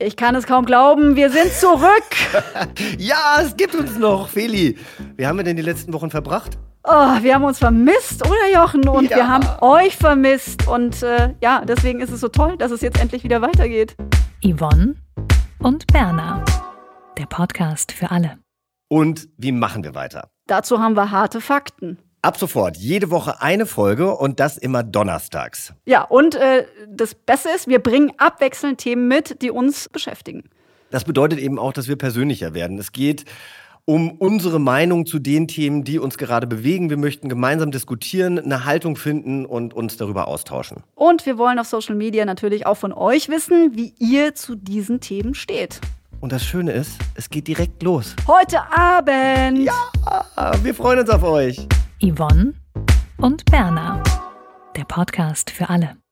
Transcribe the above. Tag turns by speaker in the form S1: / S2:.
S1: Ich kann es kaum glauben, wir sind zurück.
S2: Ja, es gibt uns noch, Feli. Wie haben wir denn die letzten Wochen verbracht?
S1: Oh, wir haben uns vermisst, oder Jochen? Und wir haben euch vermisst. Und äh, ja, deswegen ist es so toll, dass es jetzt endlich wieder weitergeht.
S3: Yvonne und Berna. Der Podcast für alle.
S2: Und wie machen wir weiter?
S1: Dazu haben wir harte Fakten.
S2: Ab sofort jede Woche eine Folge und das immer donnerstags.
S1: Ja, und äh, das Beste ist, wir bringen abwechselnd Themen mit, die uns beschäftigen.
S2: Das bedeutet eben auch, dass wir persönlicher werden. Es geht um unsere Meinung zu den Themen, die uns gerade bewegen. Wir möchten gemeinsam diskutieren, eine Haltung finden und uns darüber austauschen.
S1: Und wir wollen auf Social Media natürlich auch von euch wissen, wie ihr zu diesen Themen steht.
S2: Und das Schöne ist, es geht direkt los.
S1: Heute Abend.
S2: Ah, wir freuen uns auf euch.
S3: Yvonne und Berna. Der Podcast für alle.